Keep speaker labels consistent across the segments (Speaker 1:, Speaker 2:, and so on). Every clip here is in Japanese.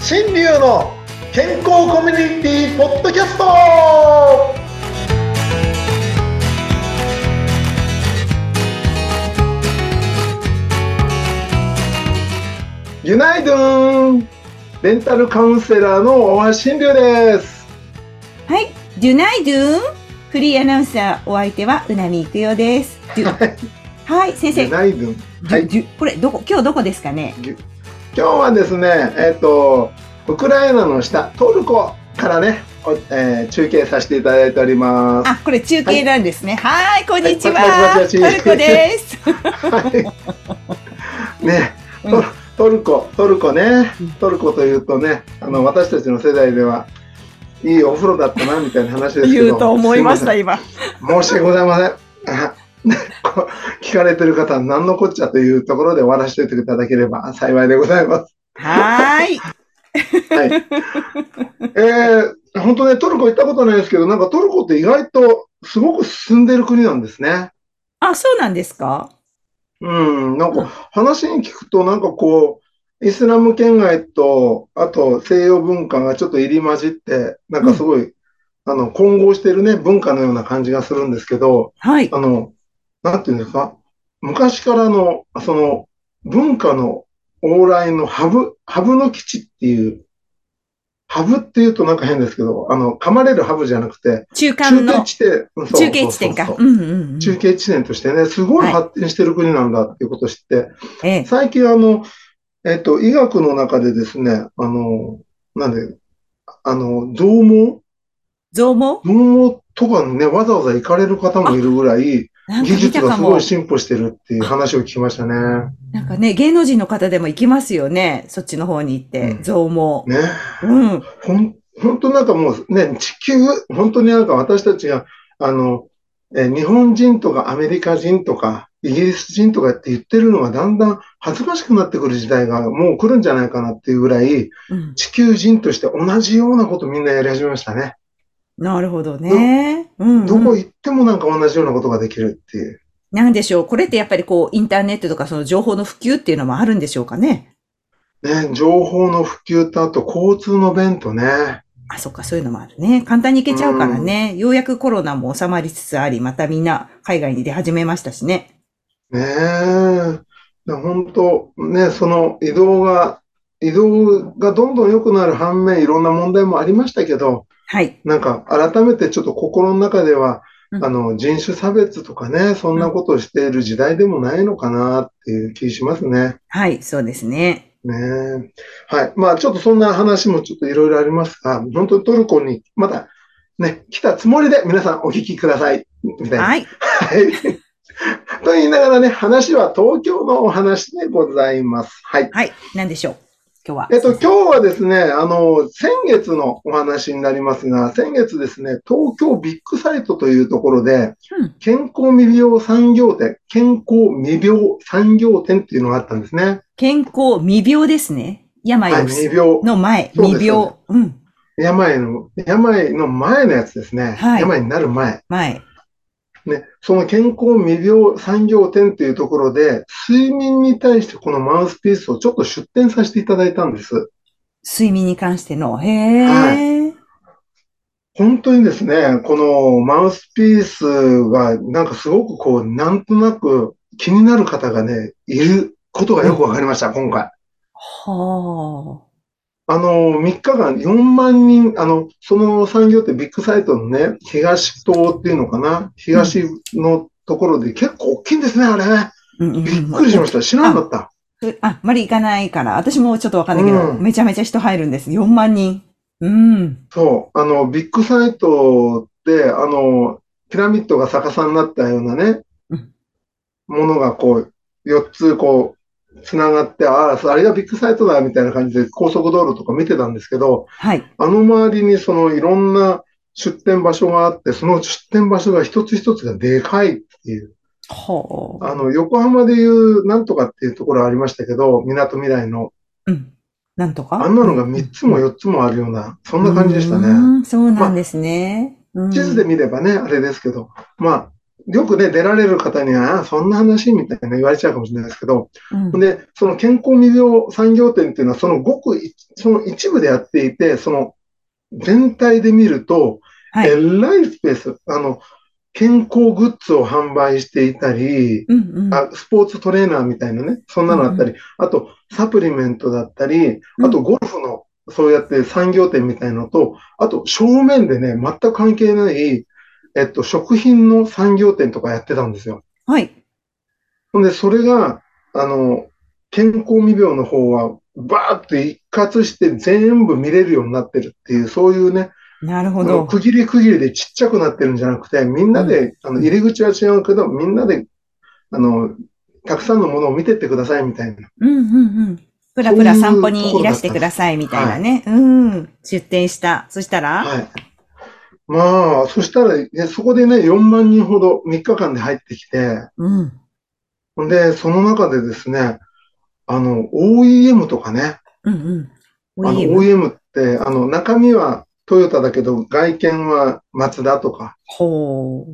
Speaker 1: 新流の健康コミュニティポッドキャストはユナイドゥンレンタルカウンセラーの大橋新流です。
Speaker 2: はい、ドゥナイドゥンフリーアナウンサーお相手はうなみいく よです。ドゥはい、先生、
Speaker 1: ユ
Speaker 2: ドゥ
Speaker 1: ナイドゥン。はい。
Speaker 2: ドゥこれどこ今日どこですかね。
Speaker 1: ぎゅ今日はですね、えっ、と、ウクライナの下、トルコからね、おえー中継させていただいております。
Speaker 2: あ、これ中継なんですね。はい、こんにちは。
Speaker 1: はいこんに
Speaker 2: ト
Speaker 1: ちは
Speaker 2: ルコ です。
Speaker 1: はいね、
Speaker 2: う
Speaker 1: トルト
Speaker 2: ん
Speaker 1: ルコ、トルコね
Speaker 2: うん、
Speaker 1: トルコというとね、あの私たちの世代では。いいお風呂だったなみたいな話ですけど。
Speaker 2: 言うと思いました
Speaker 1: す
Speaker 2: 今。
Speaker 1: いません申し訳ございません。あ こ聞かれてる方は何のこっちゃというところで終わらせていただければ幸いでございます。
Speaker 2: はーい。
Speaker 1: はい。えー、本当ね、トルコ行ったことないですけど、なんかトルコって意外とすごく進んでる国なんですね。
Speaker 2: あ、そうなんですか。
Speaker 1: うん、なんか話に聞くと、なんかこう、イスラム圏外と、あと西洋文化がちょっと入り混じって、なんかすごい、あの、混合してるね、文化のような感じがするんですけど、
Speaker 2: はい。
Speaker 1: あの、なんていうんですか、昔からの、その、文化の往来のハブ、ハブの基地っていう、ハブっていうとなんか変ですけど、あの、噛まれるハブじゃなくて、中
Speaker 2: 中間
Speaker 1: 継
Speaker 2: の
Speaker 1: 地点、うんそう
Speaker 2: 中継
Speaker 1: そう
Speaker 2: 地
Speaker 1: そう
Speaker 2: 点か
Speaker 1: そ。う
Speaker 2: うんうんうん。
Speaker 1: 中継地点としてね、すごい
Speaker 2: はい
Speaker 1: 発展してる国なんだっていうことを知って、
Speaker 2: ええ。
Speaker 1: 最近あの、えっと、医学の中でですね、あの、なんで、あの、増毛
Speaker 2: 像も
Speaker 1: 増毛とかにね、わざわざ行かれる方もいるぐらい、
Speaker 2: なんか
Speaker 1: 技
Speaker 2: 見
Speaker 1: 術
Speaker 2: た
Speaker 1: が
Speaker 2: か
Speaker 1: すご
Speaker 2: も
Speaker 1: い。進歩してるっていう話を聞きましたね。
Speaker 2: なんかね、芸能人の方でも行きますよね。そっちの方に行って
Speaker 1: う。ん
Speaker 2: 像も。
Speaker 1: ね。
Speaker 2: うん。
Speaker 1: ほん、本当なんかもうね、地球、本当になんか私たちが、あの、えー日本人とかアメリカ人とか、イギリス人とかって言ってるのがだんだん恥ずかしくなってくる時代がもう来るんじゃないかなっていうぐらい、
Speaker 2: うん。
Speaker 1: 地球人として同じようなことみんなやり始めましたね。
Speaker 2: なるほどね。うんうん。
Speaker 1: どこ行ってもなんか同じようなことができるっていう。
Speaker 2: なんでしょう。これってやっぱりこう、インターネットとかその情報の普及っていうのもあるんでしょうかね。
Speaker 1: ね、情報の普及とあと交通の便とね。
Speaker 2: あ、そっか、そういうのもあるね。簡単に行けちゃうからね。ようやくコロナも収まりつつあり、またみんな海外に出始めましたしね。
Speaker 1: ねえ。で本当、ね、その移動が、移動がどんどん良くなる反面、いろんな問題もありましたけど、
Speaker 2: はい。
Speaker 1: なんか改めてちょっと心の中では、
Speaker 2: うん
Speaker 1: あの、人種差別とかね、そんなことをしている時代でもないのかなっていう気しますね。
Speaker 2: はい、そうですね。
Speaker 1: ねえ。はい。まあ、ちょっとそんな話もちょっといろいろありますが、本当にトルコにまだね、来たつもりで皆さんお聞きください。みたいな。
Speaker 2: は
Speaker 1: は
Speaker 2: い。
Speaker 1: い。と言いながらね、話は東京のお話でございます。はい。
Speaker 2: はい。なんでしょう。今日は。
Speaker 1: えっと、今日はですね、あの、先月のお話になりますが、先月ですね、東京ビッグサイトというところで、
Speaker 2: うん
Speaker 1: 健康未病産業展、健康未病産業展っていうのがあったんですね。
Speaker 2: 健康、未病ですね。病
Speaker 1: はい、
Speaker 2: を
Speaker 1: 未病。
Speaker 2: の前、
Speaker 1: そうです
Speaker 2: 未病。うん。
Speaker 1: 病の、病の前のやつですね。
Speaker 2: はい
Speaker 1: 病になる前。
Speaker 2: 前。
Speaker 1: ね、その健康未病産業展というところで、睡眠に対してこのマウスピースをちょっと出展させていただいたんです。
Speaker 2: 睡眠に関しての。へえ。
Speaker 1: 本当にですね、このマウスピースがなんかすごくこう、なんとなく気になる方がね、いることがよくわかりました、今回。
Speaker 2: は
Speaker 1: あの、3日間4万人、あの、その産業ってビッグサイトのね、東棟っていうのかな東のところで結構大きいんですね、あれね。
Speaker 2: あ。うんうんうん
Speaker 1: びっくりしました。知らなかった。
Speaker 2: えあ、あまり行かないから。私もちょっとわかんないけど、
Speaker 1: うん
Speaker 2: めちゃめちゃ人入るんです。4万人。うん。
Speaker 1: そう。あの、ビッグサイトって、あの、ピラミッドが逆さになったようなね
Speaker 2: うん、
Speaker 1: ものがこう、4つこう、つながって、ああ、あれがビッグサイトだ、みたいな感じで高速道路とか見てたんですけど、
Speaker 2: はい。
Speaker 1: あの周りにそのいろんな出店場所があって、その出店場所が一つ一つがでかいっていう。
Speaker 2: ほう。
Speaker 1: あの、横浜でいうなんとかっていうところありましたけど、港未来の。
Speaker 2: うん。なんとか。
Speaker 1: あんなのが3つも4つもあるような、そんな感じでしたね。
Speaker 2: うーんそうなんですね。うん
Speaker 1: 地図で見ればね、あれですけど、まあ、よくね、出られる方には、あそんな話みたいな言われちゃうかもしれないですけど、
Speaker 2: うん
Speaker 1: で、その健康未病産業展っていうのは、そのごくい、その一部でやっていて、その全体で見ると、
Speaker 2: はい
Speaker 1: えらいスペース、あの、健康グッズを販売していたり、
Speaker 2: うんうん
Speaker 1: あスポーツトレーナーみたいなね、そんなのあったり、あとサプリメントだったり、
Speaker 2: うん
Speaker 1: あとゴルフの、そうやって産業店みたいのと、あと正面でね、全く関係ない、えっと、食品の産業店とかやってたんですよ。
Speaker 2: はい。
Speaker 1: ほんで、それが、あの、健康未病の方は、バーって一括して全部見れるようになってるっていう、そういうね、
Speaker 2: なるほ
Speaker 1: あの
Speaker 2: ど。
Speaker 1: 区切り区切りでちっちゃくなってるんじゃなくて、みんなで、あの、入り口は違うけど、みんなで、あの、たくさんのものを見てってくださいみたいな。
Speaker 2: うんうんうん。プラプラ散歩にいらしてくださいみたいなね。うん。出店した。そしたら、
Speaker 1: はい。まあ、そしたら、ね、そこでね、4万人ほど3日間で入ってきて、
Speaker 2: うん。
Speaker 1: ほんで、その中でですね、あの、OEM とかね、
Speaker 2: うんうん。
Speaker 1: あの
Speaker 2: OEM
Speaker 1: OEM って、あの、中身はトヨタだけど、外見はマツダとか、
Speaker 2: ほ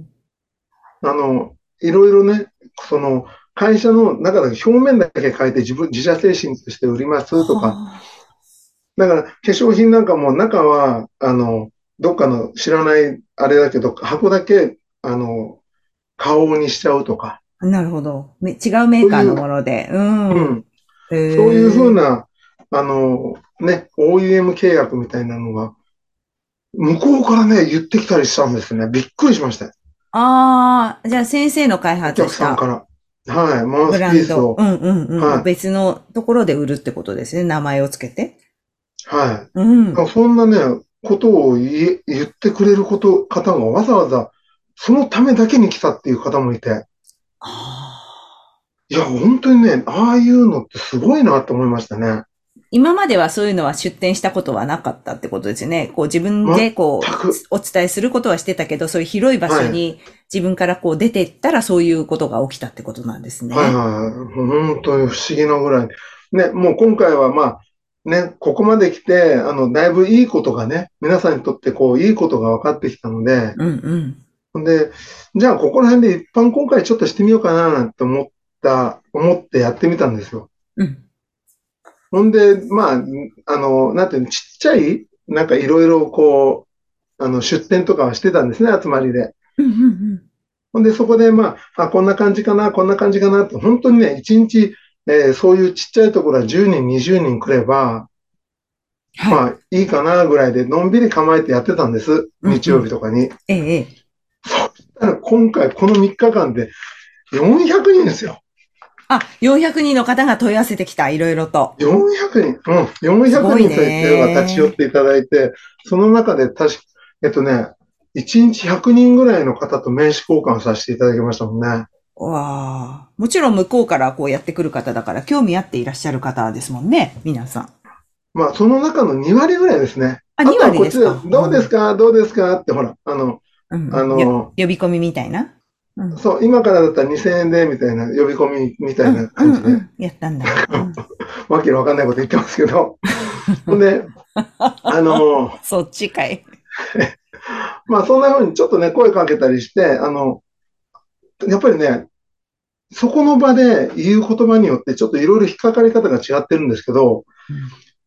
Speaker 2: う。
Speaker 1: あの、いろいろね、その、会社の中だけ表面だけ変えて自分、自社製品として売りますとか、
Speaker 2: はあ。
Speaker 1: だから化粧品なんかも中は、あの、どっかの知らないあれだけど、箱だけ、あの、顔にしちゃうとか、
Speaker 2: なるほど。め違うメーカーのもので。うん。
Speaker 1: う、
Speaker 2: うん
Speaker 1: そういうふう。な、あの、ね、OEM 契約みたいなのが、向こうからね、言ってきたりしたんですね。びっくりしました。
Speaker 2: ああ、じゃあ先生の開
Speaker 1: お
Speaker 2: 発
Speaker 1: 客
Speaker 2: し
Speaker 1: さん
Speaker 2: た
Speaker 1: から。はい、マウ
Speaker 2: ブ
Speaker 1: スピ
Speaker 2: ラ
Speaker 1: ー
Speaker 2: ン
Speaker 1: ス
Speaker 2: ド。
Speaker 1: を
Speaker 2: う。んうんうん、
Speaker 1: はい
Speaker 2: 別のところで売るってことですね。名前をつけて。
Speaker 1: は
Speaker 2: うん。
Speaker 1: い。そんなね、ことを言え言ってくれること、方がわざわざ、そのためだけに来たっていう方もいて、
Speaker 2: あー
Speaker 1: いや、本当にね、ああいうのってすごいなと思いましたね。
Speaker 2: 今まではそういうのは出店したことはなかったってことですよね。こう自分でこ
Speaker 1: 全く
Speaker 2: う、お伝えすることはしてたけど、そういう広い場所に自分からこう出ていったらそういうことが起きたってことなんですね。
Speaker 1: はいはい。本当に不思議なぐらい。ね、もう今回はまあ、ね、ここまで来て、あの、だいぶいいことがね、皆さんにとってこう、いいことが分かってきたので、
Speaker 2: うんうん。
Speaker 1: で、じゃあここら辺で一般公開ちょっとしてみようかななんて思った、思ってやってみたんですよ。
Speaker 2: うん。
Speaker 1: ほんで、まあ、んあの、なんていうの、ちっちゃい、なんかいろいろこう、あの、出店とかはしてたんですね、集まりで。
Speaker 2: うんうんうん。
Speaker 1: ほんで、そこでまあ、あ、こんな感じかな、こんな感じかなって、本当にね、一日、えーそういうちっちゃいところは10人、20人来れば、
Speaker 2: はい。
Speaker 1: まあ、いいかなぐらいで、のんびり構えてやってたんです。
Speaker 2: うんうん
Speaker 1: 日曜日とかに。
Speaker 2: ええええ。
Speaker 1: ただ今回、この3日間で、400人ですよ。
Speaker 2: あ、400人の方が問い合わせてきた。いろいろと。
Speaker 1: 400人、うん、
Speaker 2: す
Speaker 1: 400
Speaker 2: ごい
Speaker 1: 人
Speaker 2: ね
Speaker 1: というのが立ち寄っていただいて、その中で確か、えっとね、1日100人ぐらいの方と名刺交換をさせていただきましたもんね。
Speaker 2: わあ。もちろん向こうからこうやってくる方だから、興味あっていらっしゃる方ですもんね。皆さん。
Speaker 1: まあ、その中の2割ぐらいですね。
Speaker 2: あ、2
Speaker 1: とは
Speaker 2: 割
Speaker 1: こっ
Speaker 2: で
Speaker 1: ち
Speaker 2: すか。
Speaker 1: どうですか、どうですかって、ほら、あの、
Speaker 2: うん、
Speaker 1: あ
Speaker 2: よ
Speaker 1: の、
Speaker 2: 呼び込みみたいな。うん。
Speaker 1: そう、今からだったら2000円で、みたいな、呼び込みみたいな感じ
Speaker 2: うんう
Speaker 1: で、
Speaker 2: んうんやったんだ。うん
Speaker 1: わけのわかんないこと言ってますけ ど。ほんで、あの、
Speaker 2: そっちかい。
Speaker 1: まあそんな風にちょっとね、声かけたりして、あの、やっぱりね、そこの場で言う言葉によってちょっといろいろ引っかかり方が違ってるんですけど、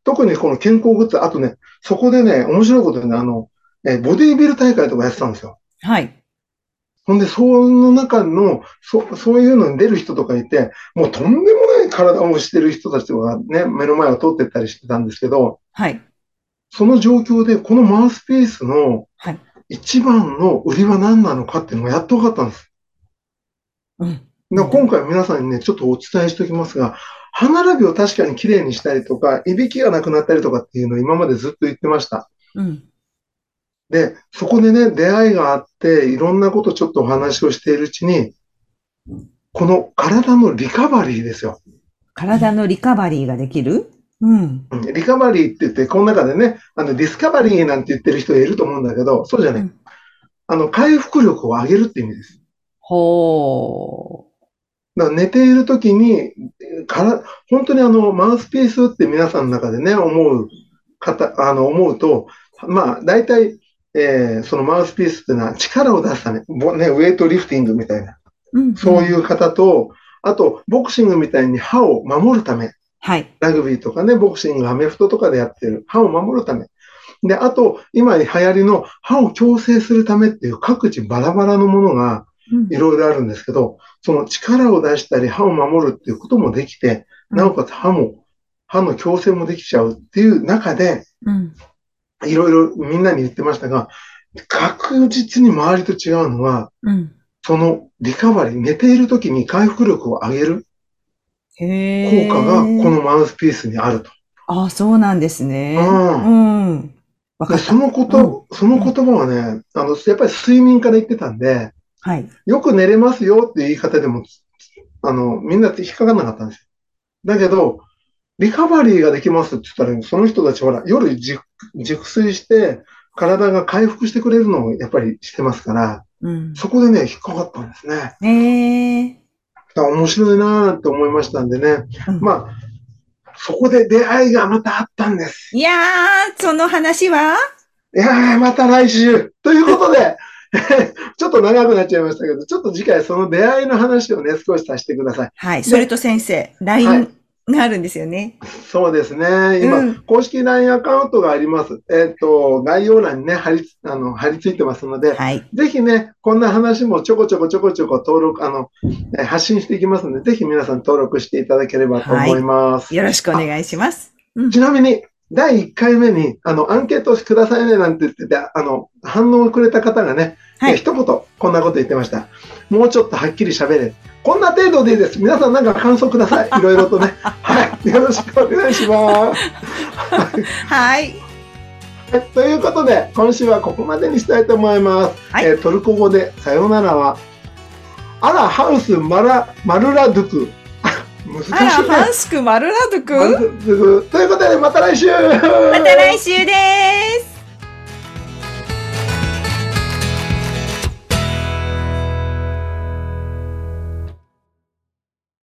Speaker 1: 特にこの健康グッズ、あとね、そこでね、面白いことにね、あの、えボディービル大会とかやってたんですよ。
Speaker 2: はい。
Speaker 1: ほんで、その中の、そ、そういうのに出る人とかいて、もうとんでもない体をしてる人たちとかがね、目の前を通ってったりしてたんですけど、
Speaker 2: はい。
Speaker 1: その状況で、このマウスピースの
Speaker 2: はい
Speaker 1: 一番の売りは何なのかっていうのがやっと分かったんです。
Speaker 2: うん。
Speaker 1: で今回皆さんにね、ちょっとお伝えしておきますが、歯並びを確かに綺麗にしたりとか、いびきがなくなったりとかっていうのを今までずっと言ってました。
Speaker 2: うん。
Speaker 1: で、そこでね、出会いがあって、いろんなことちょっとお話をしているうちに、この体のリカバリーですよ。
Speaker 2: 体のリカバリーができるうん。
Speaker 1: うんリカバリーって言って、この中でね、あの、ディスカバリーなんて言ってる人いると思うんだけど、そうじゃない。
Speaker 2: うん
Speaker 1: あの、回復力を上げるって意味です。
Speaker 2: ほ
Speaker 1: だから寝ている時に、から、本当にあの、マウスピースって皆さんの中でね、思う方、あの、思うと、まあ、大体、えーそのマウスピースっていうのは力を出すため、ぼね、ウェイトリフティングみたいな、
Speaker 2: うん。
Speaker 1: そう
Speaker 2: う
Speaker 1: い
Speaker 2: ん。
Speaker 1: う方と、あと、ボクシングみたいに歯を守るため、
Speaker 2: はい。
Speaker 1: ラグビーとかね、ボクシング、アメフトとかでやってる、歯を守るため。で、あと、今流行りの歯を矯正するためっていう各自バラバラのものが
Speaker 2: うん
Speaker 1: いろいろあるんですけど、その力を出したり歯を守るっていうこともできて、なおかつ歯も、歯の矯正もできちゃうっていう中で、
Speaker 2: うん。
Speaker 1: いろいろみんなに言ってましたが、確実に周りと違うのは、
Speaker 2: うん。
Speaker 1: そのリカバリー、寝ている時に回復力を上げる
Speaker 2: へ
Speaker 1: 効果
Speaker 2: え。
Speaker 1: がこのマウスピースにあると。
Speaker 2: ああ、そうなんですね。
Speaker 1: うん
Speaker 2: うん。わか
Speaker 1: で
Speaker 2: っ
Speaker 1: そ
Speaker 2: た。
Speaker 1: のこと、その言葉はね、あの、やっぱり睡眠から言ってたんで、
Speaker 2: はい。
Speaker 1: よく寝れますよっていう言い方でも、あの、みんなって引っかかんなかったんですよ。だけど、リカバリーができますって言ったら、その人たちほら、夜熟熟睡して、体が回復してくれるのをやっぱりしてますから、
Speaker 2: うん。
Speaker 1: そこでね、引っかかったんですね。だか
Speaker 2: へえ。
Speaker 1: ら面白いなーって思いましたんでね。
Speaker 2: うん
Speaker 1: まあ、そこで出会いがまたあったんです。
Speaker 2: いやー、その話はい
Speaker 1: やー、また来週ということで、 ちょっと長くなっちゃいましたけど、ちょっと次回その出会いの話をね、少しさせてください。
Speaker 2: はい。それと先生、LINE があるんですよね。
Speaker 1: そうですね。今、
Speaker 2: うん
Speaker 1: 公式 LINE アカウントがあります。えっ、と、概要欄にね、貼り、あの、貼り付いてますので、
Speaker 2: はい。
Speaker 1: ぜひね、こんな話もちょこちょこちょこちょこ登録、あの、え発信していきますので、ぜひ皆さん登録していただければと思います。
Speaker 2: よろしくお願いします。
Speaker 1: ちなみに、第1回目に、あの、アンケートくださいねなんて言ってて、あの、反応をくれた方がね、
Speaker 2: はい
Speaker 1: え一言、こんなこと言ってました。もうちょっとはっきり喋れ。こんな程度でいいです。皆さんなんか感想ください。いろいろと ね。はい。よろしくお願いします。は
Speaker 2: はい。
Speaker 1: いということで、今週はここまでにしたいと思います。
Speaker 2: はい
Speaker 1: えートルコ語でさようならは、アラハウスマラ、マルラドゥク。 あ難しい
Speaker 2: あら、
Speaker 1: ね
Speaker 2: ハンスク、マルラド
Speaker 1: マル
Speaker 2: 君
Speaker 1: ラドゥク。ということで、また来週
Speaker 2: また来週です